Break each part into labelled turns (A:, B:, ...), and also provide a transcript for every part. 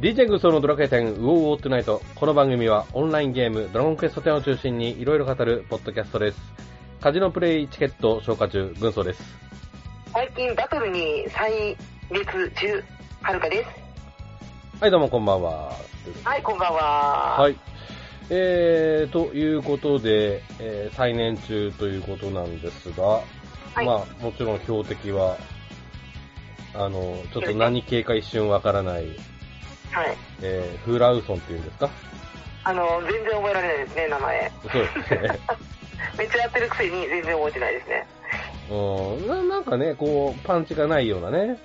A: DJ 軍曹のドラクエ10ウォーウォートゥナイト。この番組はオンラインゲームドラゴンクエスト10を中心にいろいろ語るポッドキャストです。カジノプレイチケット消化中、軍曹です。
B: 最近バトルに参列中、はるかです。
A: はい、どうもこんばんは。
B: はい、こんばんは。
A: はい。えー、ということで、えー、再燃中ということなんですが、
B: はい
A: まあ、もちろん標的は、あの、ちょっと何系か一瞬わからない、
B: はい。
A: えー、フーラウソンっていうんですか
B: あの、全然覚えられないですね、名前。
A: そうですね。
B: めっちゃやってるくせに全然覚えてないですね。
A: うんな、なんかね、こう、パンチがないようなね。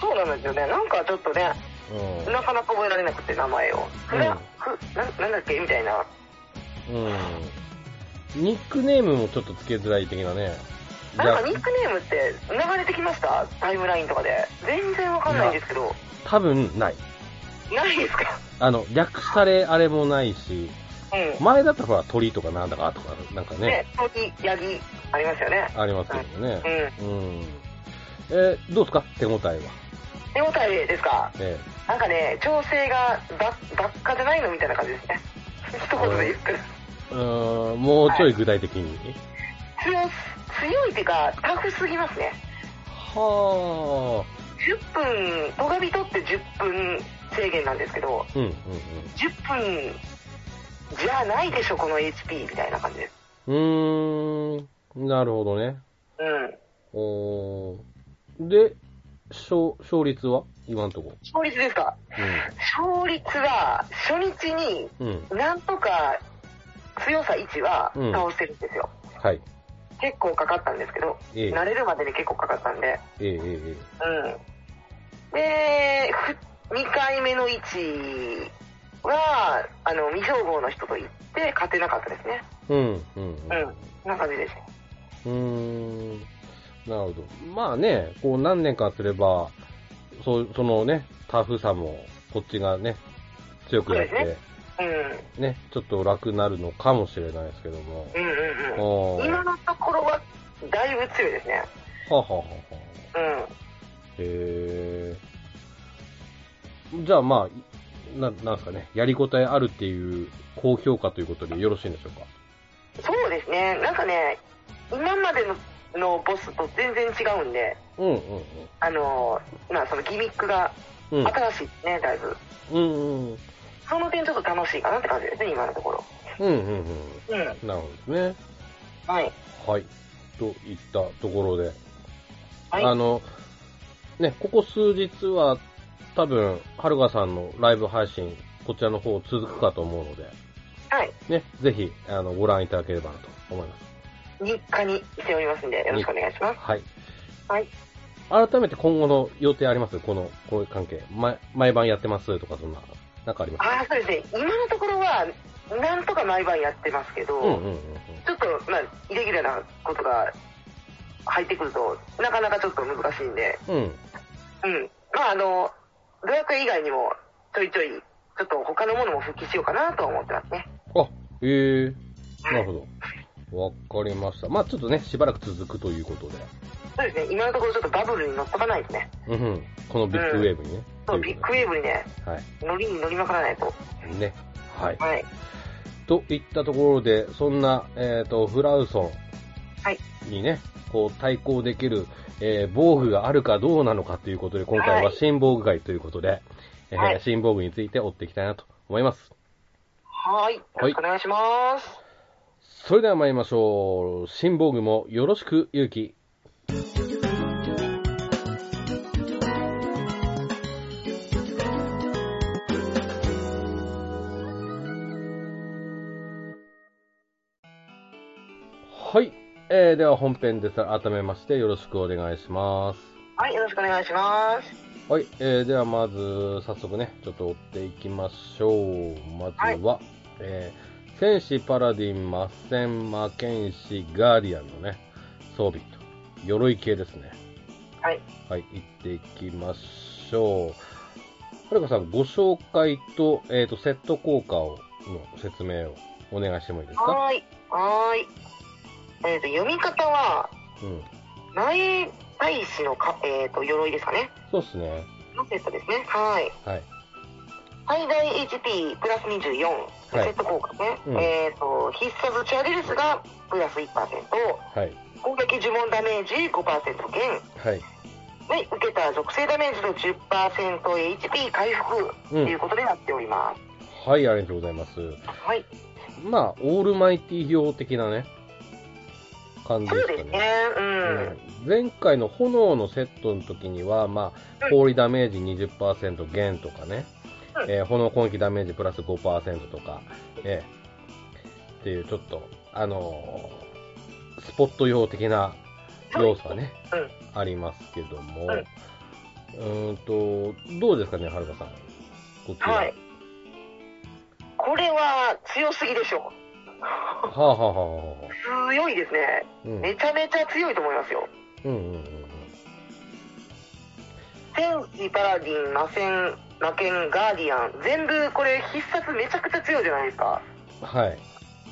B: そうなんですよね。なんかちょっとね、なかなか覚えられなくて、名前を。ふ
A: う
B: ら、
A: ん
B: ふ、な、なんだっけみたいな。
A: うん。うん。ニックネームもちょっとつけづらい的なね。
B: なんかニックネームって流れてきましたタイムラインとかで。全然わかんないんですけど。
A: 多分ない。
B: ないですか
A: あの、略されあれもないし、
B: うん。
A: 前だったらほら鳥とかなんだかとか、なんかね、
B: ね、鳥、ヤギ、ありますよね。
A: ありますけどね。
B: うん。
A: うん。えーどうですか手応えは。
B: 手応えですか
A: え
B: なんかね、調整がばばっかじゃないのみたいな感じですね。一言で言ったら。
A: えうーん、もうちょい具体的に。
B: 強強いっていうか、タフすぎますね。
A: は
B: 10分、トガビトって10分制限なんですけど、
A: あ。うん、うん、
B: 10分じゃないでしょ、この HP みたいな感じです。
A: うん。うーん、なるほどね。
B: うん。
A: おーで、勝、勝率は今んとこ。
B: 勝率ですか勝率は、初日に、
A: うん。うん。
B: なんとか強さ1は
A: うん
B: 倒してるんですよ。
A: はい。
B: 結構かかったんですけど、
A: ええ
B: 慣れるまでに結構かかったんで。
A: えええええ
B: うん。で、ふ2回目の位置は、あの、未称号の人と行って勝てなかったですね。
A: えうん、うん、うん。
B: うん。そんな感じです。
A: うーん、なるほど。まあね、こう何年かすれば、そうそのね、タフさも、こっちがね、強くやって、
B: そう
A: ね
B: でうん。
A: ちょっと楽になるのかもしれないですけども。
B: うんうんうん。
A: おー
B: 今
A: は
B: のところは、だいぶ強いですね。
A: あはあはあはあ
B: うん。
A: へえ。じゃあまあ、ななんですかね、やりごたえあるっていう高評価ということでよろしいんでしょうか。
B: そうですね。なんかね、今までののボスと全然違うんで、
A: うんうん
B: あの、まあそのギミックが
A: うん。
B: 新しいですね、だいぶ。
A: うんうんうん。
B: その点ちょっと楽しいかなって感じですね、今のところ。
A: うんうん
B: うん。
A: うん。なるほどですね。
B: はい。
A: はい。といったところで、
B: はい。
A: あの、ね、ここ数日は多分、はるかさんのライブ配信、こちらの方続くかと思うので、
B: はい。
A: ね、ぜひ、あの、ご覧いただければなと思います。
B: 日課にしておりますんで、よろしくお願いします。
A: はい。
B: はい。
A: 改めて今後の予定ありますこの、こういう関係。毎、毎晩やってますとか、そんな、なんかあります
B: ああ、そうですね。今のところは、なんとか毎晩やってますけど、
A: うんうんうんうん。
B: ちょっと、まあ、イレギュラーなことが入ってくると、なかなかちょっと難しいんで、
A: うん。
B: うん。まあ、あの、ドラクエ以外にも、ちょいちょい、ちょっと他のものも復帰しようかなとは思ってますね。
A: あ、ええなるほど。わかりました。まあちょっとね、しばらく続くということで。
B: そうですね。今のところちょっとバブルに乗っとかないとね。
A: うんうん。このビッグウェーブにね。
B: そう、ビッグウェーブにね、
A: ブ。はい。
B: 乗りに乗りまからないと。
A: ね。はい。
B: はい。
A: といったところで、そんな、えっ、と、フラウソ
B: はい。
A: ンにね、こう対抗できる、えー防具があるかどうなのかということで、今回は
B: はい
A: 新防具会ということで、えー
B: はい
A: 新防具について追っていきたいなと思います。
B: はい。よろしくお願いします。
A: それでは参りましょう。新防具もよろしく、勇気。はい。えー、では本編です。改めましてよろしくお願いします。
B: はい、よろしくお願いします。
A: はい。えー、ではまず、早速ね、ちょっと追っていきましょう。まずは、えー、戦士パラディン、魔戦、魔剣士、ガーディアンのね、装備と、鎧系ですね。
B: はい。
A: はい、行っていきましょう。はるかさん、ご紹介と、えっ、と、セット効果を、の説明をお願いしてもいいですか
B: はーい。はーい。えっ、と、読み方は、
A: うん。
B: 前大使のか、えっ、と、鎧ですかね。
A: そうっすね。
B: のセットですね。はい。
A: はい。
B: 最大 HP プラス24、
A: はい
B: セット効果ね、
A: うん
B: えっ、と、必殺チャージレスがプラス1%、
A: はい。
B: 攻撃呪文ダメージ5%減、
A: はい。
B: で受けた属性ダメージの 10%HP 回復と
A: うん
B: いうことになっております。
A: はい、ありがとうございます。
B: はい、
A: まあ、オールマイティ用的なね、感じ
B: そ
A: で
B: う
A: す
B: で
A: か
B: す
A: ね
B: ね。。う。
A: うんん前回の炎のセットの時には、まあ、氷ダメージ20%減とかね、
B: うん
A: えー炎攻撃ダメージプラス5%とか、えーっていうちょっと、あのースポット用的な要素はね、
B: うん
A: ありますけども、
B: う
A: うんーんと、どうですかね、はるかさん。こっちは。
B: はい。これは強すぎでしょ
A: はあ、はあはあはあ、
B: う。強いですね。
A: うん。
B: めちゃめちゃ強いと思いますよ。
A: うんうんうん
B: 天使、パラディン、魔戦、魔剣、ガーディアン、全部これ必殺めちゃくちゃ強いじゃないですか。
A: うん。はい。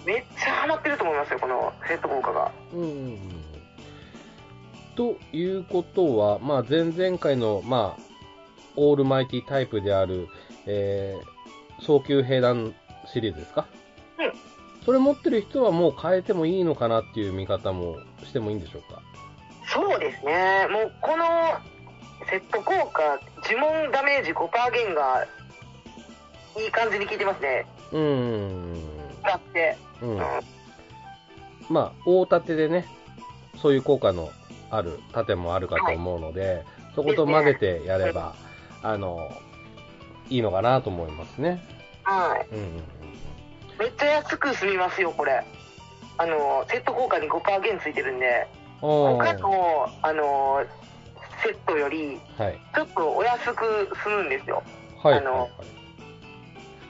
B: めっちゃハマってると思いますよ、このセット効果が。
A: うんうんうん。ということは、まあ、前々回の、まあ、オールマイティタイプである、えー、早級兵団シリーズですか
B: うん。
A: それ持ってる人はもう変えてもいいのかなっていう見方もしてもいいんでしょうか
B: そうですね、もうこのセット効果、呪文ダメージ5%減がいい感じに効いてますね、
A: うんうん
B: だって、
A: うんうん。
B: う
A: うんん。まあ、大盾でね、そういう効果のある盾もあるかと思うので、そこと混ぜてやれば、あの、いいのかなと思いますね。
B: はい、
A: うんうんうん。
B: めっちゃ安く済みますよ、これ、あのセット効果に5%減ついてるんで、
A: お
B: 他
A: ー
B: のあのセットより
A: はい。
B: ちょっとお安く済むんですよ、
A: はい。
B: あの
A: はい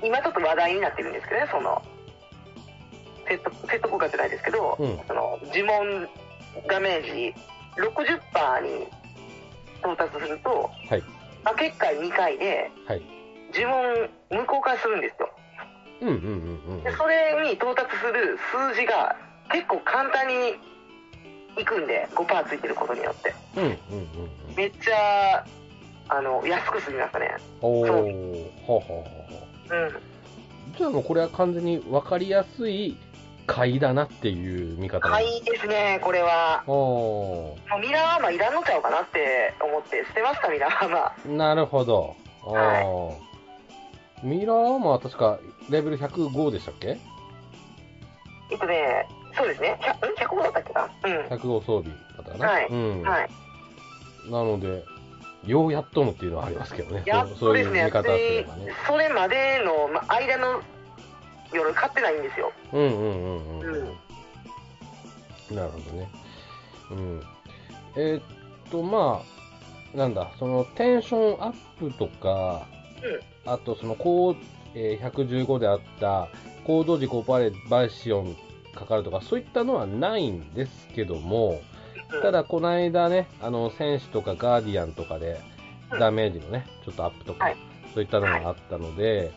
B: 今ちょっと話題になってるんですけどね、そのセットセット効果じゃないですけど。
A: うん。
B: その呪文ダメージ60%に到達すると、
A: はい
B: まあ結界2回で
A: はい。
B: 呪文無効化するんですよ
A: うんうんうんうん
B: で。それに到達する数字が結構簡単にいくんで5%ついてることによって
A: うんうんうんうん。
B: めっちゃあの安く済みましたね
A: おー。
B: そ
A: はあ
B: う
A: はあはあ
B: うん
A: じゃあもうこれは完全に分かりやすい買いだなっていう見方なん
B: 買
A: です。
B: いですねこれは
A: おー
B: もうミラーアーマーいらんのちゃうかなって思って捨てましたミラーアーマー
A: なるほど。お
B: は
A: ー。ミラーアーマーは確かレベル105でしたっけ
B: えっとねそうですね100ん105だったっけなうん
A: ?105 装備だったかな。
B: はい
A: うん。
B: はい
A: なので、ようやっとのっていうのはありますけどね。
B: や
A: そ
B: っ
A: うそ
B: と
A: う
B: で
A: いう
B: す
A: 見
B: ね、
A: 方すればね。
B: 私それまでの、ま、間の夜買ってないんですよ。
A: うんうんうんうん。
B: う
A: なるほどね。うん。えーっと、まあ、なんだ、そのテンションアップとか、あとそのこう、えー115であった行動時5バレバレシオンかかるとか、そういったのはないんですけども、
B: うん
A: ただこの間ね、あの、戦士とかガーディアンとかで
B: うん
A: ダメージのね、ちょっとアップとか、
B: はい
A: そういったのがあったので、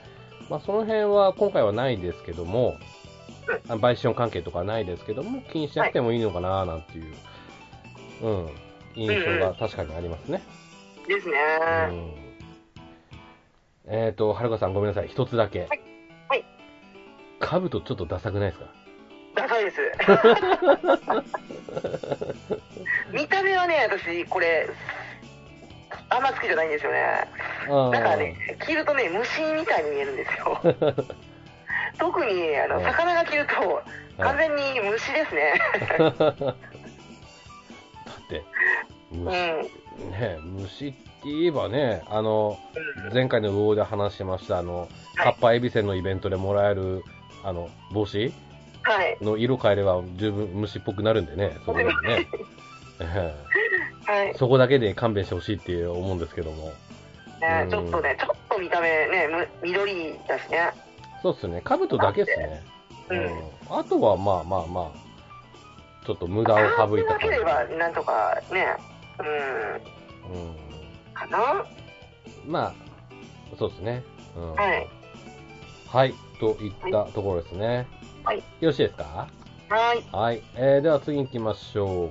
A: まあその辺は今回はないですけども、あバイシオン関係とかはないですけども、気にしなくてもいいのかななんていう、うん、印象が確かにありますね。
B: ですね。
A: うんえっ、と、はるかさんごめんなさい、一つだけ。
B: はいはい。
A: 兜ちょっとダサくないですか
B: ダサ いです。見た目はね、私、これ、あんま好きじゃないんですよね。
A: あ
B: だ
A: ー
B: からね、着るとね、虫みたいに見えるんですよ。 特に、あ
A: う
B: の、
A: ん
B: 魚が着ると、
A: は
B: 完
A: い
B: 全に虫ですね。
A: だって、
B: う
A: 虫、
B: ん。
A: ねえ、虫って言えばね、あの、前回のウオーで話しました、あの、
B: はい
A: カッパエビセンのイベントでもらえる、あの、帽子
B: はい。
A: の色変えれば十分虫っぽくなるんでね、そこでもね。え
B: はい
A: え。そこだけで勘弁してほしいって思うんですけども。
B: ね
A: うん
B: ちょっとね、ちょっと見た目ね、む緑だしね。
A: そうっすね。兜だけっすね。
B: うん
A: うん。あとは、まあまあまあ、ちょっと無駄を省いた感
B: な
A: じ。
B: ければ、なんとかね、うん、
A: う
B: かな。
A: ん。まあ、そうですね。うん。
B: はい。
A: はい。といったところですね。
B: はい
A: よろしいですか
B: はい。
A: はい。えー、では次に行きましょう。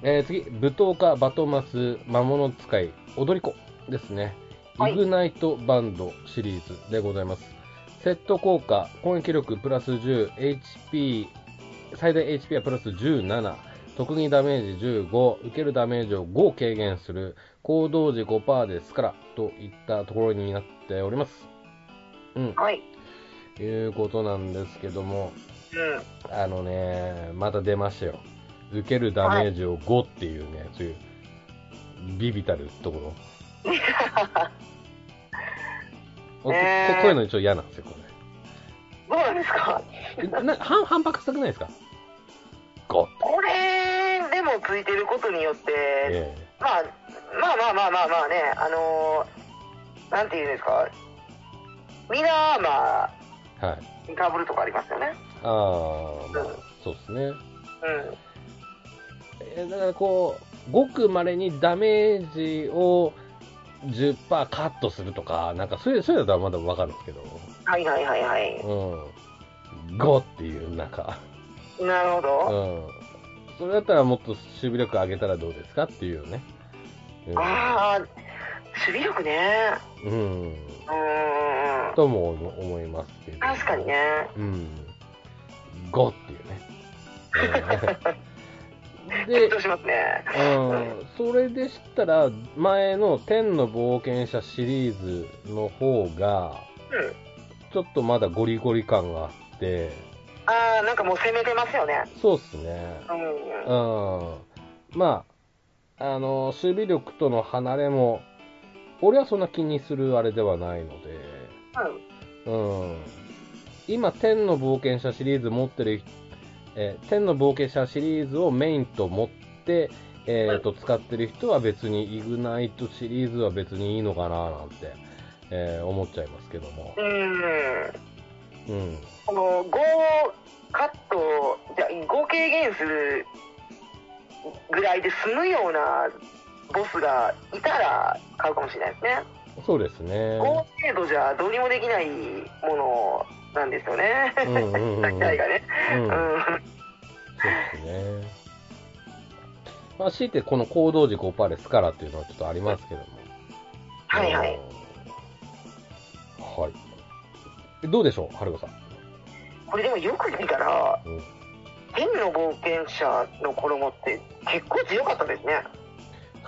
A: えー、次、舞踏家、バトマス、魔物使い、踊り子ですね。
B: はい
A: イグナイトバンドシリーズでございます。セット効果、攻撃力プラス10、HP、最大 HP はプラス17、特にダメージ15、受けるダメージを5軽減する、行動時5%ですから、といったところになっております。うん、
B: はい。
A: いうことなんですけども、
B: うん。
A: あのね、また出ましたよ。受けるダメージを5っていうね、そういう、ビビたるところ。 おこ
B: えー
A: こういうの一応嫌なんですよ、こ
B: どうなんですか
A: れ。な反反発したくないですか ?5。
B: これでもついてることによって、
A: え
B: まあ、まあまあまあまあまあね、あのーなんていうんですか、ミラーアーマ
A: えはい。
B: ーにかぶるとかありますよね。
A: ああ、まあ、そうですね。
B: うん。
A: えーだからこう、ごくまれにダメージを10%カットするとか、なんかそういう、そういうのだとまだわかるんですけど、
B: はいはいはいはい。
A: うん。5っていう、なんか。
B: なるほど。
A: うんそれだったらもっと守備力上げたらどうですかっていうね。
B: ああ、守備力ね。
A: うん。うん、
B: うーん。
A: とも思思いますけど。
B: 確かに。ね。
A: うん。5っていうね。 うん
B: 緊
A: で、
B: 張しますね。
A: うん、それでしたら、前の天の冒険者シリーズの方が、
B: うん。
A: ちょっとまだゴリゴリ感があって、
B: ああ、なんかもう攻めてますよね。
A: そうっすね。
B: うん。
A: うんまあ、あの、守備力との離れも、俺はそんな気にするあれではないので、うん。今、天の冒険者シリーズ持ってる、えー天の冒険者シリーズをメインと持って、えーと、使ってる人は別に、イグナイトシリーズは別にいいのかななんて、えー思っちゃいますけども。
B: うん。うん。
A: うん。
B: この5カット、じゃあ5軽減するぐらいで済むようなボスがいたら買うかもしれないですね。
A: そうですね
B: 5。程度じゃどうにもできないものなんですよね。
A: うんうん うんうん
B: 大体がね。
A: うん
B: うん。
A: そうですね。まあ、強いてこの行動時5%ですからっていうのはちょっとありますけども。
B: はいはい。
A: うん。はい。えどうでしょう、はるこさ
B: これでもよく見たら、
A: ん。うん
B: 天の冒険者の衣って結構強かったですね。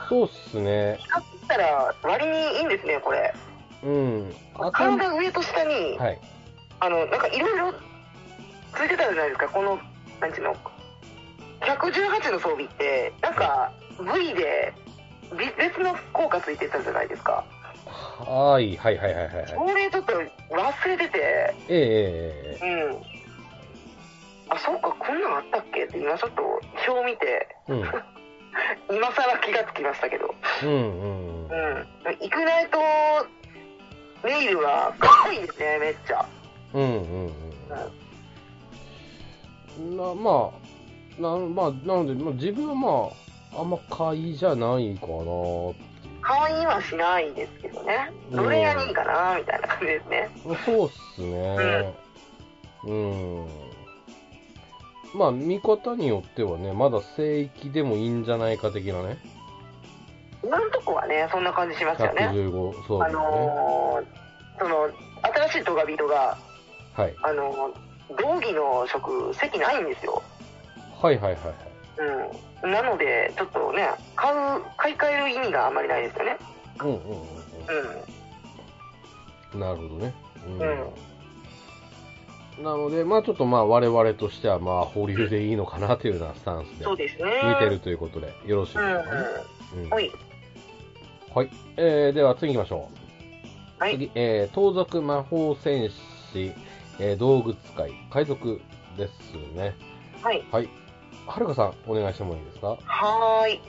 A: そうっすね。
B: 使ったら割にいいんですね、これ。
A: うん。あと
B: 体上と下に、
A: はい。
B: あの、なんかいろいろついてたじゃないですか、この、なんていうの、118の装備って、なんか、V で、び別の効果ついてたじゃないですか。
A: はい、はい、はい、はい、はいはい。
B: これちょっと忘れてて、
A: えええええ
B: うん。あ、そうか、こんなんあったっけって今ちょっと表見て、
A: えうん。
B: 今更気がつきましたけど。
A: うん、うん、うん。
B: うん。イクナイトネイルはかっこいいですね、めっちゃ。
A: うん、うん、うん。な、まあ、なん、まあ、なので、まあ、自分はまあ、あんま買いじゃないかなっていう。
B: 可愛いはしないですけどね。どれやにいいかな、みたいな感じですね。
A: そうっすね。うん。まあ、見方によってはね、まだ聖域でもいいんじゃないか的なね。
B: 今のとこはね、そんな感じしますよね。
A: 115、そう
B: あ
A: ですね。
B: のーその、新しいトガビートが、
A: はい。
B: あのー道着の職、席ないんですよ。
A: はいはいはいはい。
B: うん。なので、ちょっとね、買う、買い替える意味があんまりないですよね。
A: うんうんうん
B: う
A: うん。なるほどね。うん。
B: う
A: なので、まあちょっとまあ我々としてはまあ保留でいいのかなというようなスタンス
B: ん。
A: で
B: そうですね。
A: 見てるということでよろしいでし
B: う
A: ょ
B: ん。
A: う
B: うん
A: かね。うん
B: はい。
A: はい。えー、では次行きましょう。
B: はい。
A: 次、えー盗賊魔法戦士、えー道具使い、海賊ですね。
B: はい。
A: はい。はるかさん、お願いしてもいいですか
B: はーい。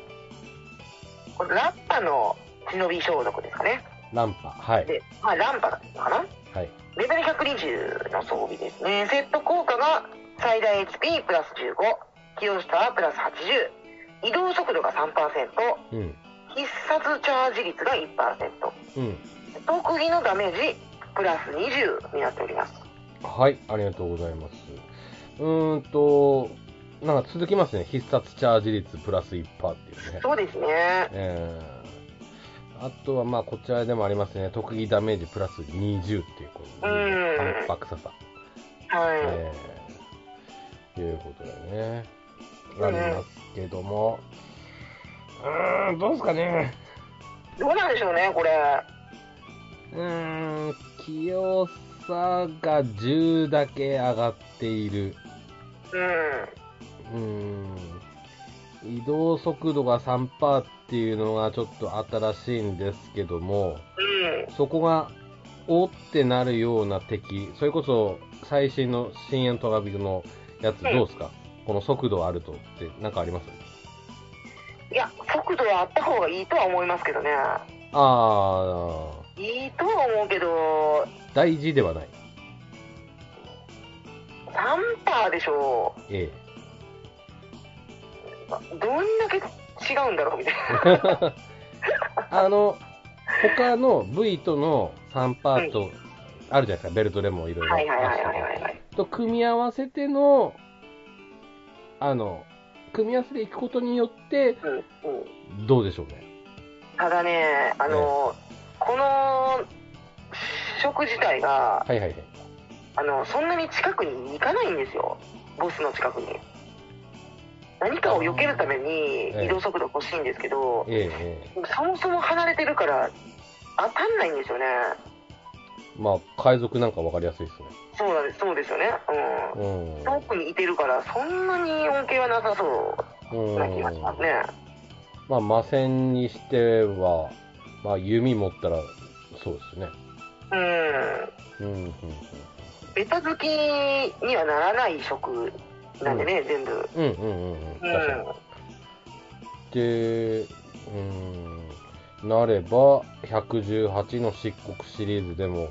B: これ、ラッパの忍び装束ですかね。
A: ランパ。はい。
B: で、まあ、ランパだったかな。
A: はい。
B: レベル120の装備ですね。セット効果が最大 HP プラス15、起用したはプラス80、移動速度が3%、
A: うん。
B: 必殺チャージ率が1%、
A: うん。
B: 特技のダメージプラス20になっております。
A: はい。ありがとうございます。うーんと、なんか続きますね。必殺チャージ率プラス1%っていうね。
B: そうですね。
A: えあとはまあこちらでもありますね、特技ダメージプラス20っていう、この
B: うん
A: 淡白ささ、
B: はい、
A: えーいうことでね、ありますけども、うーん、どうですかね、
B: どうなんでしょうねこれ
A: うーん、器用さが10だけ上がっている、
B: う
A: うーん、移動速度が3%っていうのがちょっと新しいんですけども、
B: んうん
A: そこが、おってなるような敵、それこそ最新の深淵トラビルのやつ、
B: うん
A: どうですか、この速度あるとって、なんかあります
B: いや速度はあった方がいいとは思いますけどね
A: あ
B: いいとは思うけど
A: ー、大事ではない。
B: 3パーでしょ
A: え
B: どんだけ違うんだろうみたいな
A: え。あの、他の V との3パート、あるじゃないですか、ベルトでもいろいろ。
B: はいはいはいはいはいはい
A: と組み合わせての、あの、組み合わせていくことによって、
B: うんうん
A: どうでしょうね。
B: ただねあの、この食自体が
A: はいはいはい。
B: あのそんなに近くに行かないんですよボスの近くに何かを避けるため
A: ええ
B: に移動速度欲しいんですけど、
A: ええええ。
B: そもそも離れてるから当たんないんですよね
A: まあ、海賊なんかわかりやすいですね。
B: そうなんですそうですよねうん
A: うん。
B: 遠くにいてるからそんなに恩恵はなさそうな気がしますね
A: まあ、魔戦にしては、まあ、弓持ったら、そうですね。
B: うん
A: うん、うん、うん。
B: ベタ好きにはならない職なんでね、全部
A: うん、うん、うん。確
B: う
A: かに
B: ん。
A: で、うーん、なれば、118の漆黒シリーズでも、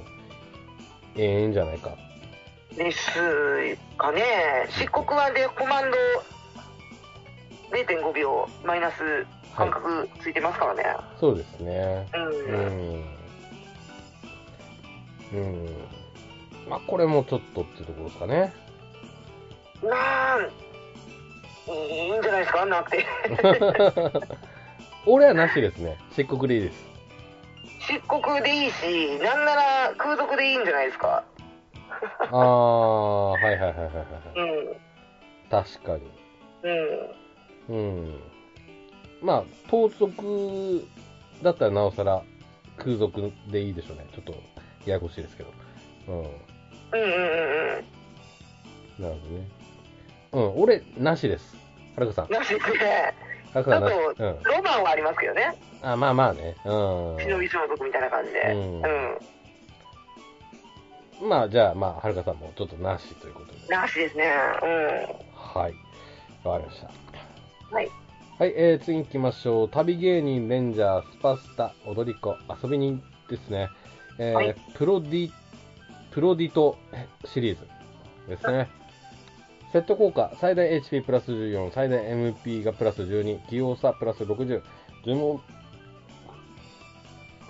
A: ええんじゃないか。
B: ですかね、漆黒はでコマンド0.5秒マイナス
A: はい
B: 感。覚ついてますからね。
A: そうですね。う
B: うん。
A: ん。うん。まあ、これもちょっとっていうところですかね。
B: なん、いいんじゃないですか、なくて。
A: 俺はなしですね。漆黒でいいです。
B: 漆黒でいいし、なんなら空賊でいいんじゃないですか。
A: ああ、はいはいはいはいはい。
B: うん。
A: 確かに。
B: うん。
A: うん。まあ、盗賊だったらなおさら空賊でいいでしょうね。ちょっとややこしいですけど。うん。
B: うんうんうん
A: なるほどね。うん、俺、なしです。はるかさん
B: うん。。なしですね。
A: はるかさんなし。
B: あ
A: うん。
B: ロマンはありますけどね。
A: あ、まあまあね。うん。
B: 忍び装束みたいな感じで。
A: う
B: うんん。
A: まあ、じゃあ、まあ、はるかさんもちょっとなしということで。
B: なしですね。
A: はい。わかりました。
B: うん。はい。
A: はい、えー、次行きましょう。旅芸人、レンジャー、スパスタ、踊り子、遊び人ですね。えー
B: はい
A: プロディ、プロディトシリーズですね。セット効果、最大 HP プラス14、最大 MP がプラス12、器用さプラス60、呪文、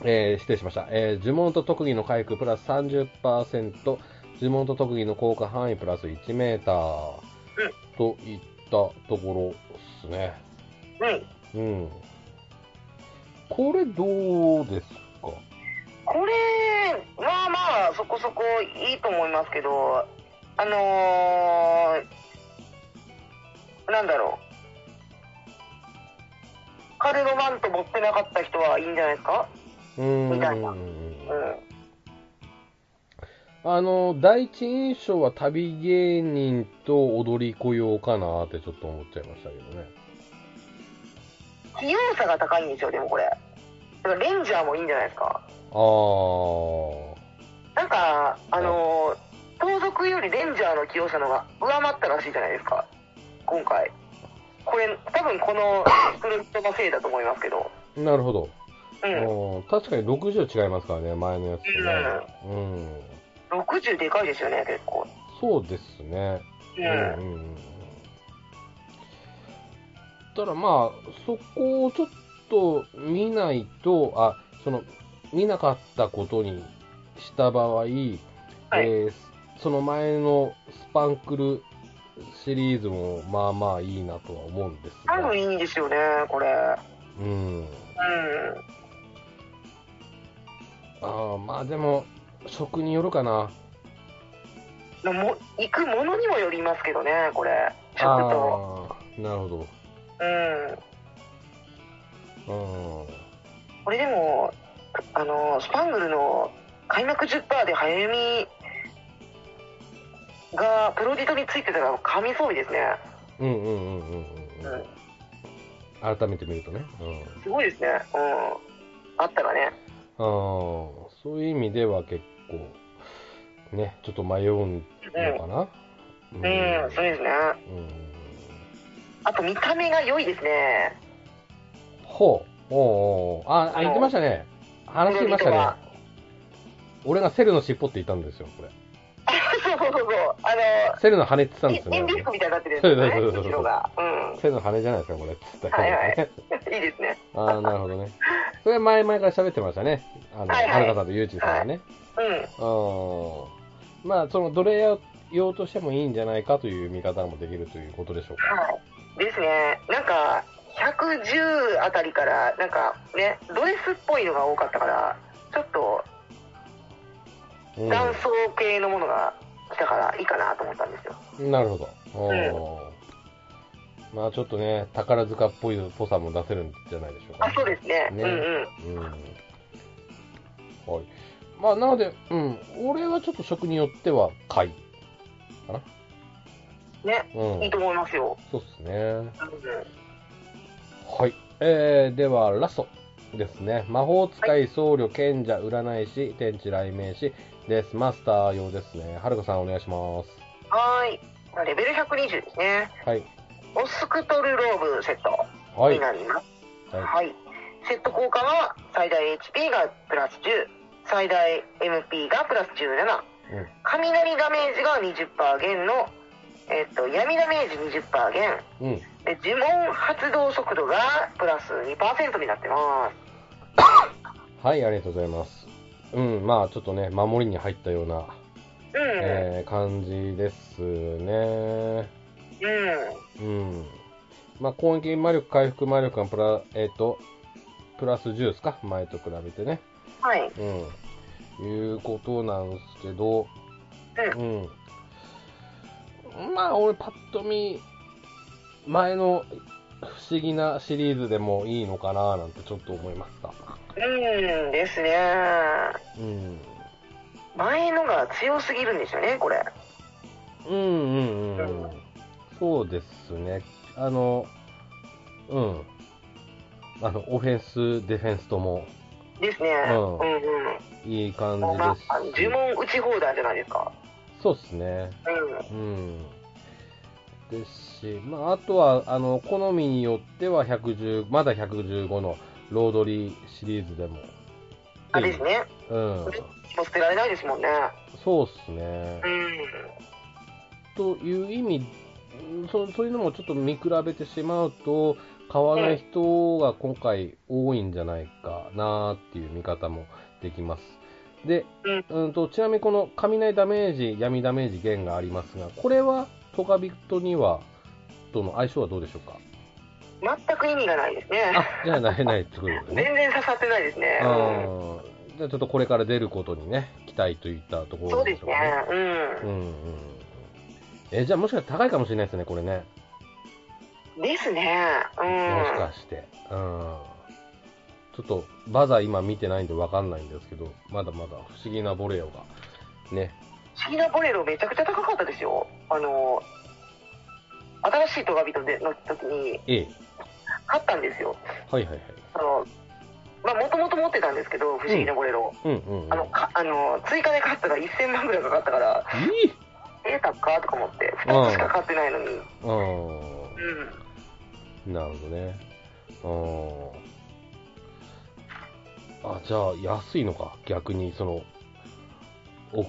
A: えー、失礼しました。えー、呪文と特技の回復プラス30%、呪文と特技の効果範囲プラス1メーター、といったところですね。
B: う
A: う
B: ん。
A: ん。これどうですか
B: これはまあそこそこいいと思いますけどあのー、なんだろうカルロマント持ってなかった人はいいんじゃないですか
A: うーん
B: みたいな
A: あの、第一印象は旅芸人と踊り子用かなってちょっと思っちゃいましたけどね。
B: うん器用さが高いんですよでもこれだからレンジャーもいいんじゃないですか
A: あー。
B: なんかあのー盗賊よりレンジャーの器用さのが上回ったらしいじゃないですか今回これ多分このスクリプトのせいだと思いますけど
A: なるほど。
B: うん
A: うん確かに60違いますからね、前のやつとね。うん。
B: 60でかいですよね結構
A: そうですね。
B: う
A: うん
B: ん
A: うんうんただまあ、そこをちょっと見ないと、あ、その、見なかったことにした場合、えーその前のスパンクルシリーズもまあまあいいなとは思うんです
B: 多
A: が、
B: 分いいですよねこれ
A: うん。
B: う
A: ああ、まあでも、食によるかな。
B: まあも行くものにもよりますけどねこれ食
A: あ
B: と
A: あ、なるほど。
B: うん
A: うん。
B: これでもあのスパングルの開幕10%で早見がプロディトについてたら神装備ですね、
A: うんうんうんうんうん
B: うん、
A: うん。改めて見るとね。うん。
B: すごいですねうんあったらね
A: ああ、そういう意味では結構、ね、ちょっと迷うのかな。う
B: うん、そうですね
A: うん。
B: あと見た目が良いですね
A: ほう。おうおうあ、あ、言ってましたね。話してました
B: 緑と
A: ね
B: は。
A: 俺がセルの尻尾って言ったんですよ、これ。
B: そうそうそうそうあ
A: セルの羽って言った
B: の
A: んです
B: イ
A: よね
B: ンディスクみたいになってるやつ
A: そうそうそうそう
B: ね後ろがうん
A: セルの羽じゃないですか、これ。って言った
B: はいはい
A: ね。
B: いいですね
A: ああ、なるほどね。それ前々から喋ってましたね。あの、
B: はいはい
A: はるかさんとゆうちさんがね。
B: うん
A: うん。まあ、その、奴隷用としてもいいんじゃないかという見方もできるということでしょうか。
B: はい。ですね。なんか、110あたりから、なんかね、ドレスっぽいのが多かったから、ちょっと
A: うん
B: 男装系のものが来たからいいかなと思ったんですよ。
A: なるほど。おーまあちょっとね、宝塚っぽいぽさも出せるんじゃないでしょうか、
B: あ、そうですね。
A: ね
B: うんうん。
A: うん。はい。まあなので、うん、俺はちょっと食によっては買い。
B: ね、
A: うん
B: いい。と思いますよ。
A: そうですね。
B: うんうん
A: はい。えー、では、ラストですね。魔法使い、僧侶、賢者、占い師、天地雷鳴師です。マスター用ですね。はるかさんお願いします。
B: はーい。まあレベル120ですね。
A: はい。
B: オスクトルローブセット
A: は
B: に
A: い。は
B: なります。
A: い。
B: はい。セット効果は最大 HP がプラス10、最大 MP がプラス17。
A: うん
B: 雷ダメージが20%減の、えっと、闇ダメージ20%減
A: うん。
B: で呪文発動速度がプラス2%になってます
A: はい、ありがとうございます。うん、まあちょっとね、守りに入ったような
B: うん、
A: えー感じですね。うん。まあ、攻撃魔力、回復魔力がプラ、えっ、と、プラス10ですか前と比べてね。
B: うんはい
A: うん。いうことなんですけど、うん。まあ、俺パッと見、前の不思議なシリーズでもいいのかななんてちょっと思いました。
B: うんですね
A: うん。
B: 前のが強すぎるんですよねこれ
A: うんうんうんうん。そうですね。あの、うん。あの、オフェンス、ディフェンスとも
B: ですね
A: う
B: うんんうん
A: いい感
B: もうまあ
A: じですし
B: 呪。文打ち放題じゃないですか
A: そうですね。
B: う
A: うん。ですし、まあ、あとは、あの、好みによっては110、まだ115のロードリーシリーズでも。
B: んあですね
A: うん。
B: もう捨てられないですもんね
A: そうっすね
B: う。ん
A: という意味うんそそういうのもちょっと見比べてしまうと買わない人が今回多いんじゃないかなっていう見方もできますで、うん、とちなみにこの雷ダメージ闇ダメージ減がありますがこれはトカビトにはとの相性はどうでしょうか
B: 全く意味がないですね
A: あじゃあなれないってことですね
B: 全然刺さってないですね
A: う
B: うん
A: んじゃあちょっとこれから出ることにね期待といったとこ
B: そ
A: ろ
B: う
A: で
B: で
A: し
B: す
A: ょう
B: ね
A: かね
B: うん
A: うんうんえじゃあもしかしたら高いかもしれないですねこれね
B: ですね。う
A: もし
B: ん。
A: かして。うん。ちょっと、バザー今見てないんでわかんないんですけど、まだまだ不思議なボレロが。ね。
B: 不思議なボレロめちゃくちゃ高かったですよ。あの、新しいトガビトでの時に
A: ええ。
B: 買ったんですよ。
A: はいはいはい。
B: あの、まあ、もともと持ってたんですけど、不思議なボレロ。
A: うんうん、うん。
B: あの、かあの、追加で買ったら1000万ぐらいかかったから、
A: いい
B: えー、たっかとか思って、2つしか買ってないのに。うん。
A: うん。なるほどね。うん。あ、じゃあ、安いのか。逆に、その、お、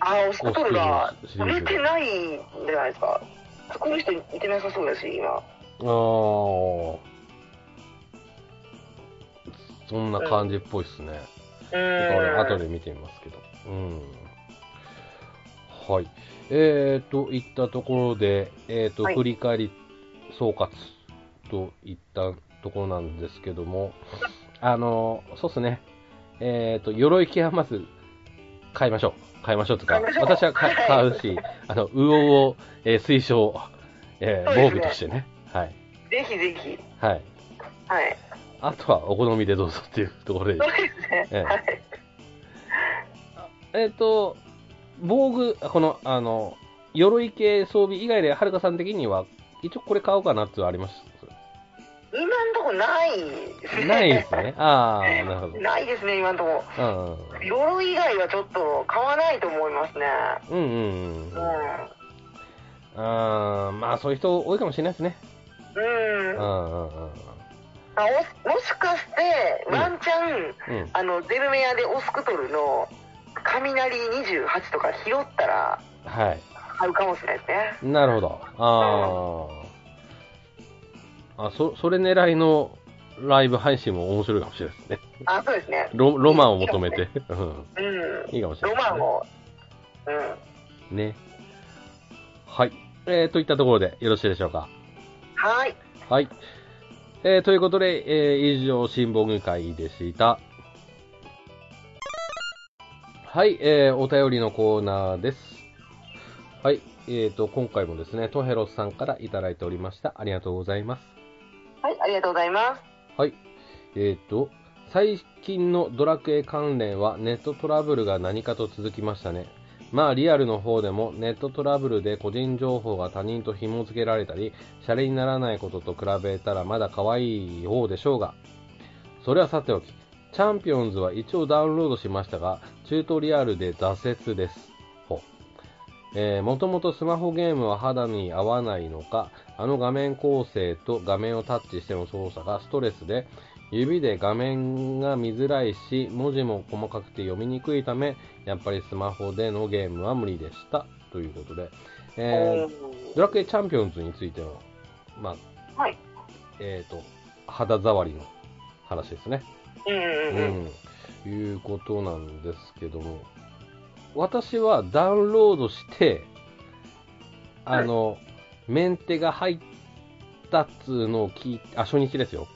B: あー、オスコトルが
A: オスコト
B: 売
A: ルシリーズ
B: れてないんじゃないですか。作る人いてなさそうだし、今。
A: ああ。そんな感じっぽいっすね。
B: う
A: ちょっと俺
B: ん。
A: 後で見てみますけど。うん。はい。えー、と、いったところで、えー、と、
B: はい
A: 振り返り総括といったところなんですけども、あの、そうっすね。えっ、と、鎧着はまず、買いましょう。買いましょうとか
B: 買いま、しょう
A: 私は買
B: はい
A: 買うし、あの、ウオウオ、えー推奨、えー
B: そ
A: 防
B: うですね
A: 備としてね。はい。
B: ぜひぜひ。
A: はい。
B: はい。
A: あとはお好みでどうぞっていうところで
B: そ。うですね。
A: ええ
B: はい。
A: えっ、と、防具、あこの、あの、鎧系装備以外で、はるかさん的には、一応これ買おうかなっていうのはあります。
B: 今んとこないですね。
A: ないです ね。ああ、なるほど。
B: ないですね、今んとこ。
A: うんうん
B: 鎧以外はちょっと買わないと思いますね。
A: うんうんうん。
B: うん。
A: あーまあそういう人多いかもしれないですね。
B: う
A: うん
B: ん。
A: う
B: あ
A: んうん
B: おもしかして、
A: うん
B: ワンチャン、
A: うん。
B: あの、ゼルメアでオスクトルの雷28とか拾ったら
A: は
B: 買うかもしれないですね。
A: い。なるほど。ああ。あ、そ、それ狙いのライブ配信も面白いかもしれないですね。
B: あ、そうですね。
A: ロロマンを求めて。うん。
B: うん。
A: いいかもしれ
B: ロ
A: ないです
B: マ
A: ね、
B: ンを。うん。
A: ね。はい。えー、といったところでよろしいでしょうか。
B: はい。
A: はい。えーということで、えー以上、新聞組会でした。はい、えーお便りのコーナーです。はい、えーと、今回もですね、トヘロスさんからいただいておりました。ありがとうございます。
B: はい、ありがとうございます。
A: はい。えっ、と、最近のドラクエ関連はネットトラブルが何かと続きましたね。まあリアルの方でもネットトラブルで個人情報が他人と紐付けられたり、シャレにならないことと比べたらまだ可愛い方でしょうが。それはさておき、チャンピオンズは一応ダウンロードしましたが、チュートリアルで挫折です。ほうえー、もともとスマホゲームは肌に合わないのか、あの画面構成と画面をタッチしての操作がストレスで、指で画面が見づらいし、文字も細かくて読みにくいため、やっぱりスマホでのゲームは無理でした。ということで、えー、ドラクエチャンピオンズについての、まあ、
B: はい。
A: えっ、と、肌触りの話ですね。
B: うんうんうん。
A: うん、いうことなんですけども、私はダウンロードして、あの、メンテが入ったっつうのを聞いあ、初日ですよ、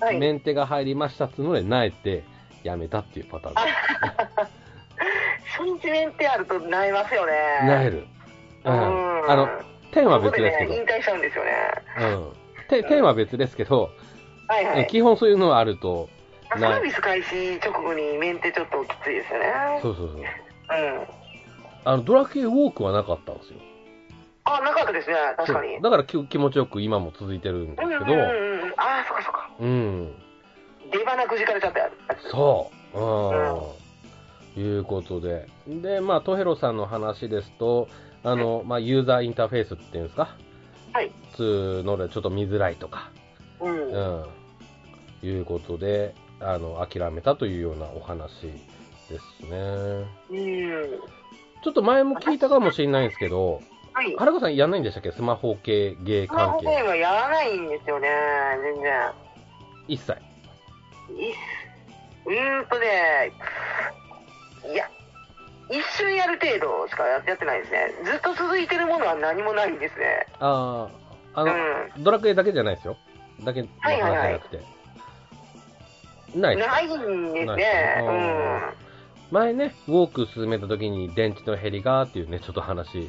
B: はい。
A: メンテが入りましたっつうので、なえて、やめたっていうパターンで
B: 初日メンテあるとなりますよね。
A: す。なえる。う
B: うん
A: ん。あの、点は別ですけど、
B: そこでね、引退しちゃうんですよね。
A: うん。て点は別ですけど、
B: はいは
A: え
B: い。
A: 基本そういうのはあると、
B: サービス開始直後にメンテちょっときついですよね。
A: そうそうそう。
B: うん。
A: あの、ドラクエウォークはなかったんですよ。
B: あ、なかったですね。確かに。
A: そうだからき気持ちよく今も続いてるんです
B: うん
A: け
B: う
A: ど、
B: んうんうん。あー、そっかそっか。
A: うん、
B: 出花くじかれちゃったやつ。
A: そう、うん、いうことで、で、まあ、トヘロさんの話ですと、あの、まあ、ユーザーインターフェースっていうんですか、
B: はい。
A: つうので、ちょっと見づらいとか、
B: うん。
A: う
B: は
A: ん、いうことで、あの、諦めたというようなお話ですね。
B: い。うん。
A: ちょっと前も聞いたかもしれないんですけど、
B: はい。
A: はるかさんやんないんでしたっけスマホ系、ゲー
B: スマ
A: 関
B: ホゲー
A: 係。
B: ムはやらないんですよね。全然。
A: 一切。
B: いっうーんとね、いや、一瞬やる程度しかややってないですね。ずっと続いてるものは何もないんですね。
A: ああ、あ
B: うん。
A: の、ドラクエだけじゃないですよ。だけの話じゃなくて。ないです
B: ないんです
A: ない
B: ね。
A: で
B: うん。
A: 前ね、ウォーク進めた時に電池の減りがっていうね、ちょっと話、ね、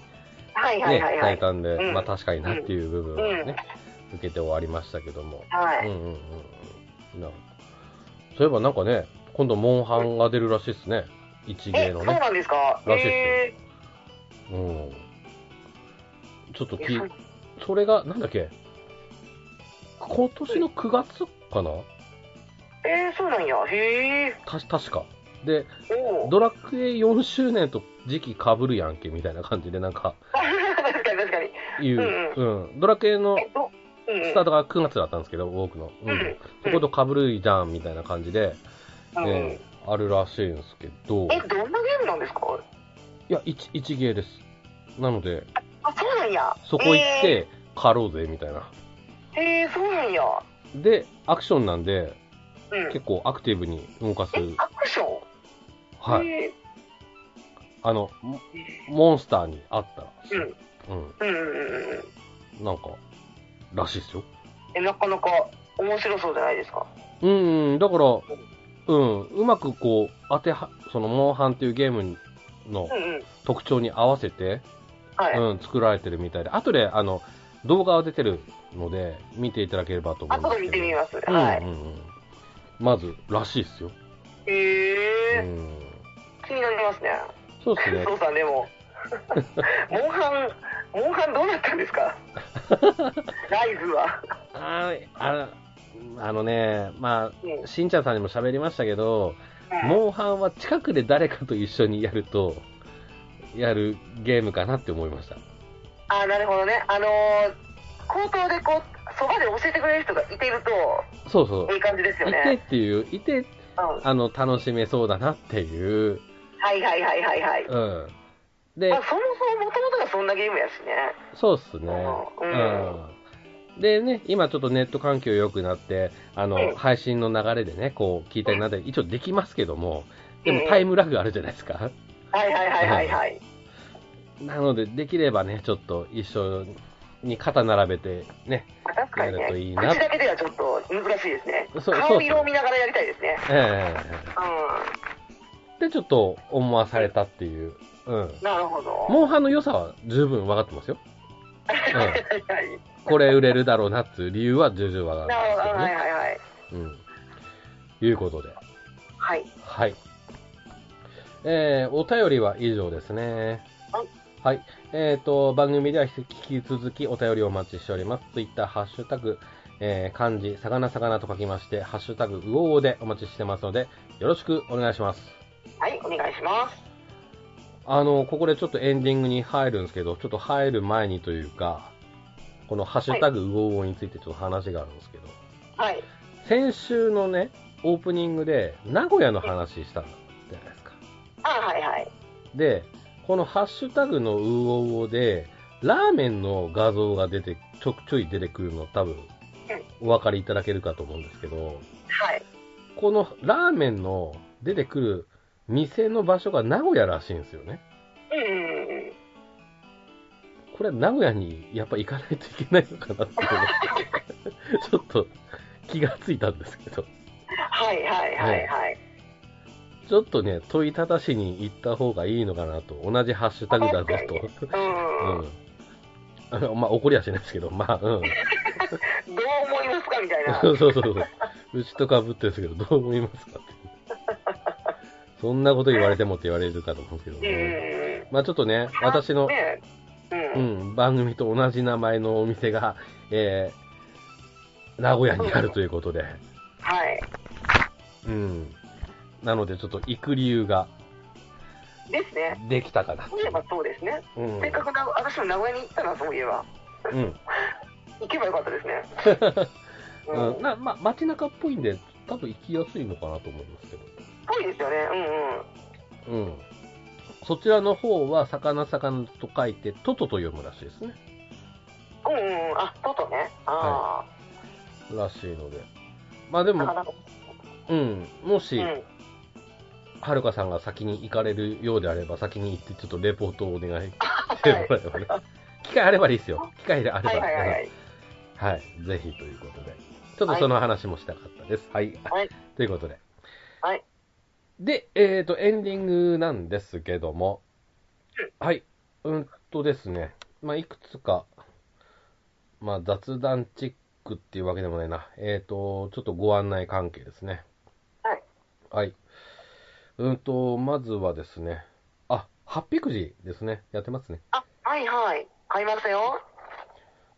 B: はいはいはいはい。
A: 体感で、
B: うん
A: まあ確かになっていう部分をね、受けて終わりましたけども。
B: は
A: うん
B: い。
A: うんうんうん。なるほどそういえばなんかね、今度モンハンが出るらしいですね。一芸
B: え、そ
A: の
B: う
A: ね。
B: なんですから
A: しい
B: え
A: でうん。ちょっと
B: ー
A: き
B: え、そう
A: それが、なんだっけ今年の9月かな
B: えーそうなんや。へえ。
A: た確か。で、
B: おお。
A: ドラクエ4周年と時期かぶるやんけみたいな感じで、なんか、
B: 確かに確かに。
A: いう、
B: う
A: うん、ドラクエの
B: えっと、うん。
A: スタートが9月だったんですけど、ウォークの。う
B: うんん。
A: そことかぶるじゃんみたいな感じで、
B: うん
A: えーあるらしいんですけど、
B: え、どんなゲームなんですか
A: いや、一一芸です。なので、
B: あ、そうなんや。
A: そこ行って、狩ろうぜみたいな。
B: えー。えー、そうなんや。
A: で、アクションなんで、
B: うん。
A: 結構アクティブに動かす、
B: え、アクション
A: はい。
B: え
A: あの、モモンスターに会ったら、
B: ー
A: うん、
B: うん。うんうんうんうん。
A: なんか、らしいですよ。
B: えなかなか面白そうじゃないですか
A: うん、だから、うん、うまくこう、当ては、その、モンハンっていうゲームの
B: うんうん。
A: 特徴に合わせて、
B: はい。
A: うん、作られてるみたいで、後で、あの、動画は出てるので、見ていただければと思いま
B: 後
A: すけ
B: で
A: ど。
B: 見てみます。
A: うん
B: は
A: う
B: い。
A: んうん。まず、らしいですよ。う
B: へえ。
A: ん。
B: 気になりますね。
A: そうですね。
B: そうさんでも、 モンハン、モンハンどうなったんですかライズは。
A: あーああのね、ま
B: う
A: あ、しんちゃんさんにも喋りましたけど、
B: うん
A: モンハンは近くで誰かと一緒にやると、やるゲームかなって思いました。
B: あーなるほどね。あのー、口頭でこう、そばで教えてくれる人がいていると、
A: そうそう。
B: いい感じですよ
A: いてっ
B: ね。
A: ていう、いて、
B: うん。は
A: あの、楽しめそうだなっていう、
B: いはいはいはいはい。
A: うん。
B: ま
A: で
B: あ、、そもそももともとがそんなゲームやしね。
A: そうっすね。う
B: う
A: んん。でね、今ちょっとネット環境良くなって、あ
B: うん
A: の、配信の流れでね、こう、聞いたりなんだり、一応できますけども、で
B: うん
A: もタイムラグあるじゃないですか。
B: はいはいはいはいはい。
A: なので、できればね、ちょっと一緒に肩並べて、ね、
B: まあ確かに
A: やるとい
B: ね
A: い、な
B: 口だけではちょっと難しいですね
A: そう。そう
B: 顔色を見ながらやりたいですね。
A: え
B: う
A: えで、ちょっと思わされたっていう、うん。
B: ん。なるほど。
A: モンハンの良さは十分分かってますよ。うん。
B: はいはい
A: これ売れるだろうなっていう理由は重々分か
B: なるほど。
A: るん
B: はい
A: で
B: はいはい。
A: すけどね。うん。いうことで。
B: はい。
A: はい。えー、お便りは以上ですね。
B: はい。
A: はい。えっ、と、番組では引き続きお便りをお待ちしております。ツイッター、ハッシュタグ、えー、漢字、魚魚と書きまして、ハッシュタグ、うおうでお待ちしてますので、よろしくお願いします。
B: はい、お願いします。
A: あの、ここでちょっとエンディングに入るんですけど、ちょっと入る前にというか、このハッシュタグ、うおうおについてちょっと話があるんですけど、
B: はい。
A: 先週のね、オープニングで、名古屋の話したじゃないですか。
B: あはいはい。
A: で、このハッシュタグのウーオウオで、ラーメンの画像が出て、ちょくちょい出てくるの多分、お分かりいただけるかと思うんですけど、
B: はい。
A: このラーメンの出てくる店の場所が名古屋らしいんですよね。
B: うんうんうんうん。
A: これは名古屋にやっぱ行かないといけないのかなっていうのがちょっと気がついたんですけど、
B: はいはいはいはい。
A: ちょっとね、問いただしに行った方がいいのかなと、同じハッシュタグだぞと。
B: うん。
A: うんあの。まあ、怒りはしないですけど、まあ、うん。
B: どう思いますかみたいな。
A: そうそうそうそう。うちとかぶってるんですけど、どう思いますかって。そんなこと言われてもって言われるかと思うんですけど、
B: うんうんうん。
A: まあちょっとね、私の、
B: ねう。
A: うんん、番組と同じ名前のお店が、えー、名古屋にあるということで、
B: はい。
A: うん。なので、ちょっと行く理由が
B: ですね。
A: できたかなって
B: そういえばそうですね。
A: うん。
B: せっかくな私も名古屋に行ったな、そういえば。
A: うん。
B: 行けばよかったで すね。うん。
A: うん。なまあ、街中っぽいんで、多分行きやすいのかなと思いますけど。
B: ぽいですよね。うんうん。
A: うん。そちらの方は、魚魚と書いて、トトと読むらしいですね。
B: うんうんうん。あ、トトね。あ
A: らしいので。まあで
B: あ。な
A: も、
B: かなか。
A: うん。も
B: う
A: し、
B: ん。
A: はるかさんが先に行かれるようであれば、先に行って、ちょっとレポートをお願いしてもらえば ね。機会あればいいですよ。機会あれば。
B: はいはいはいはい。
A: はいぜひということで。ちょっとその話もしたかったです。はい。
B: はい
A: ということで。
B: はい。
A: で、えっ、と、エンディングなんですけども、はい。うんとですね、まあ、いくつか、まあ、雑談チックっていうわけでもないな。えっ、と、ちょっとご案内関係ですね。
B: はい。
A: はい。うんと、まずはですね、あ、八ピくじですね。やってますね。
B: あ、はいはい。買いますよ。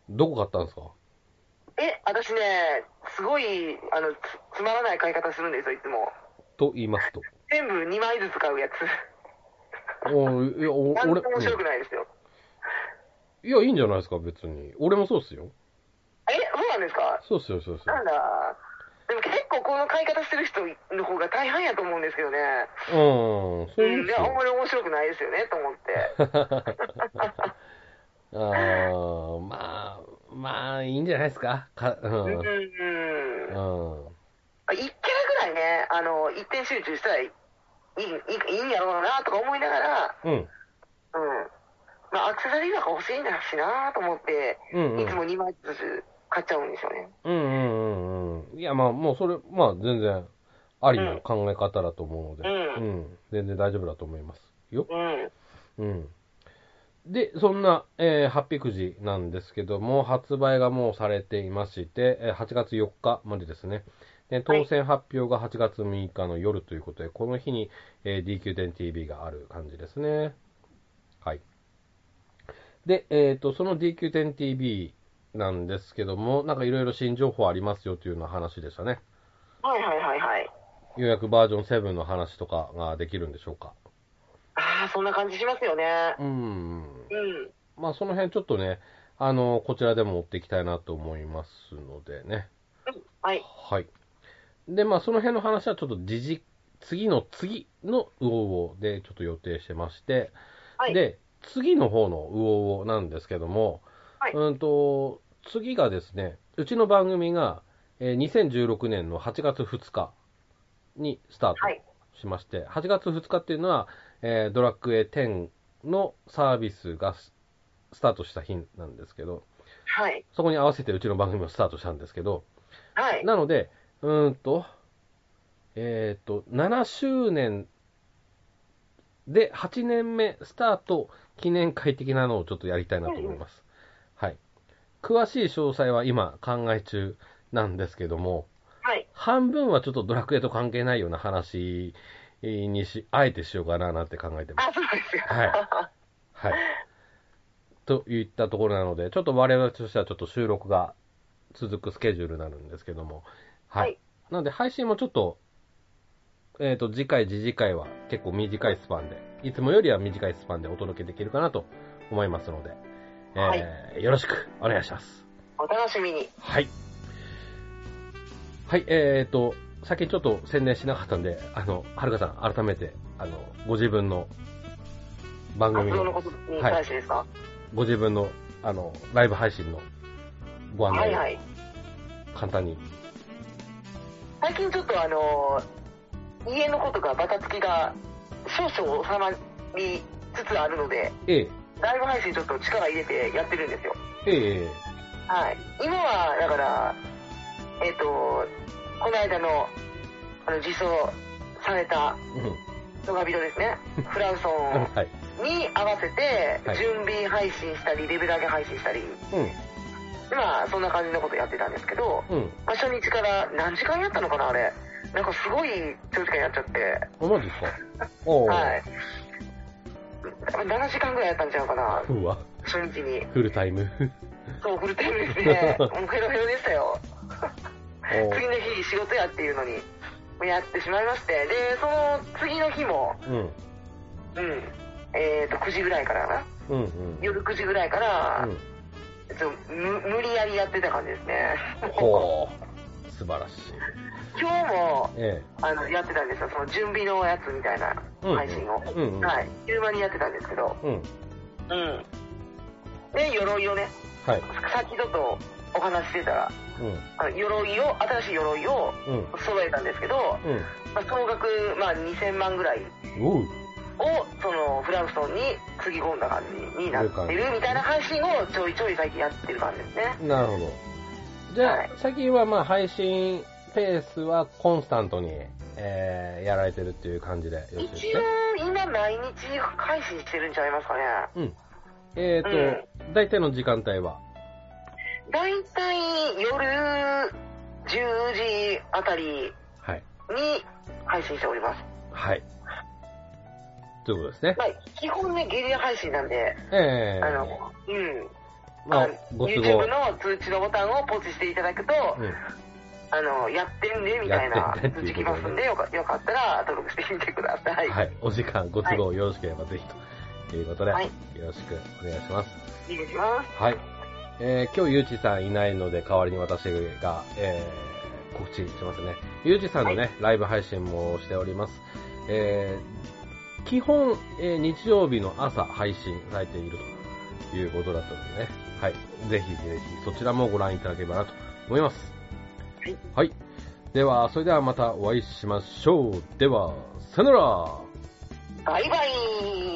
A: どこ買ったんですか
B: え、私ね、すごい、あの、つつまらない買い方するんですよ、いつも。
A: と言います と。
B: 全部2枚ずつ買うやつ。
A: おいや、お
B: なん
A: 俺、
B: と面白くないですよ。
A: いや、いいんじゃないですか、別に。俺もそうっすよ。
B: え、そうなんですか
A: そうっすよ、そうっす
B: なんだ。でも結構この買い方してる人の方が大半やと思うんですけどね。。
A: よ。うん、そうういうんっす
B: で、あん
A: よ
B: ま。り面白くないですよね、と思 って。
A: あーまあ、まあ、いいんじゃないですか。かう
B: うん
A: ん。うん。
B: うん。
A: うん
B: あ一キャラぐらいね、あの、一点集中したらいい、いい、いいんやろうな、とか思いながら、。
A: うん
B: うん。まあ、アクセサリーとか欲しいんだしな、と思って、
A: うん。
B: いつも2枚ずつ買っちゃうんですよね。
A: うんうんうんうん。いや、まあ、もうそれ、まあ、全然、ありの考え方だと思うので、
B: う
A: うん、全然大丈夫だと思いますよ。
B: うん。
A: うん。で、そんな、えー、ハッピーくじなんですけども、発売がもうされていまして、えー8月4日までですね。で当選発表が8月6日の夜ということで、この日に、えー DQ10TV がある感じですね。はい。で、えっ、と、その DQ10TV なんですけども、なんかいろいろ新情報ありますよというような話でしたね。
B: はいはいはいはい。
A: ようやくバージョン7の話とかができるんでしょうか。
B: ああ、そんな感じしますよね。
A: うん。
B: うん。
A: まあ、その辺ちょっとね、あの、こちらでも追っていきたいなと思いますのでね。
B: はい。
A: はい。で、まあ、その辺の話はちょっと時事、次の次のウオウオでちょっと予定してまして、
B: はい。
A: で、次の方のウオウオなんですけども、
B: はい
A: うんと、次がですね、うちの番組が、えー2016年の8月2日にスタート
B: はい。
A: しまして、8月2日っていうのは、えードラクエ10のサービスがススタートした日なんですけど、
B: はい。
A: そこに合わせてうちの番組をスタートしたんですけど、
B: はい。
A: なので、うーんと、えっ、と、7周年で8年目スタート記念会的なのをちょっとやりたいなと思います。はい。詳しい詳細は今考え中なんですけども、
B: はい。
A: 半分はちょっとドラクエと関係ないような話にし、あえてしようかななんて考えてます。
B: あ、そうですよ。
A: はい。はい。といったところなので、ちょっと我々としてはちょっと収録が続くスケジュールになるんですけども、はい。
B: はい
A: なので配信もちょっと、えっ、と、次回、次次回は結構短いスパンで、いつもよりは短いスパンでお届けできるかなと思いますので、えーよろしくお願いします。
B: お楽しみに。
A: はい。はい、えーと、先にちょっと宣伝しなかったんで、あの、はるかさん、改めて、あの、ご自分の番
B: 活
A: 組
B: 動のこ
A: の、
B: とに対してですか
A: ご自分の、あの、ライブ配信のご案
B: はいは
A: 内
B: い。
A: を簡単に。
B: 最近ちょっとあのー、家のことがバタつきが少々収まりつつあるので、
A: ええ、
B: ライブ配信ちょっと力入れてやってるんですよ。
A: ええ、
B: はい。今は、だから、えっ、と、この間の、あの、自走された
A: う
B: ドガビドで すね。フランソ
A: ん、うんはい。
B: ンに合わせて
A: はい、
B: 準備配信したり、レベル上げ配信したり、まあ、そんな感じのことやってたんですけど、
A: うん、うん。
B: まあ、初日から何時間やったのかな、あれ。なんかすごい長時間やっちゃって、
A: あ、マジですかおー、
B: はい。多分7時間ぐらいやったんちゃうかな、
A: うわ、
B: 初日に。
A: フルタイ ム。
B: そう、フルタイムです ね。もうヘロヘロでしたよ。
A: おー
B: 次の日仕事やっていうのにやってしまいましてでその次の日も、
A: うん、
B: うんえー、と9時ぐらいからかな
A: うん、うん。
B: 夜9時ぐらいから
A: う、ん。
B: ちょっとむ無理やりやってた感じですね
A: ほー、素晴らしい。
B: 今日も
A: え
B: あのやってたんですよその準備のやつみたいな
A: え、うん。
B: 配信を、
A: うん、うん。
B: はい昼間にやってたんですけど
A: うん、
B: うんで鎧をね
A: はい。
B: さっきちょっとお話ししてたら
A: うん。
B: あの鎧を新しい鎧を
A: うん。
B: 揃えたんですけど、
A: う
B: まあ、総額、まあ、2000万ぐらい
A: ん。おう。
B: をそのフランストンにつぎ込んだ感じになってるみたいな配信をちょいちょい最近やってる感じですね
A: なるほど。じゃあ、
B: はい
A: 最近はまあ配信ペースはコンスタントに、えー、やられてるっていう感じでよろしいです
B: 一
A: ね
B: 応。今毎日配信してるんちゃいますかね
A: えっ、と、大体の時間帯は。
B: だいたい夜10時あたり
A: はい。
B: に配信しております
A: はい。ということですね。
B: まあ基本ねゲリラ配信なんで、
A: え
B: あ
A: ー、
B: のうん
A: まあ
B: の、
A: ご都
B: YouTube
A: 合。
B: の通知のボタンをポチしていただくと、
A: う
B: あのやってんねみた
A: やっ
B: いな
A: てんねっ
B: 通
A: てい
B: 知
A: うことね
B: 来ますんでよかよかったら登録してみてください
A: ん。はい。お時間、ご都合よろしければぜひということで、
B: はい
A: よろしくお願いします。
B: いいですよ。
A: はい。えー今日、ゆうちさんいないので、代わりに私が、えー告知しますね。ゆうちさんのね、ライブ配信もしております。えー基本、えー日曜日の朝配信されているということだったのでね。はい。ぜひぜひ、そちらもご覧いただければなと思います。
B: はい。
A: はい。では、それではまたお会いしましょう。では、さよなら
B: バイバイ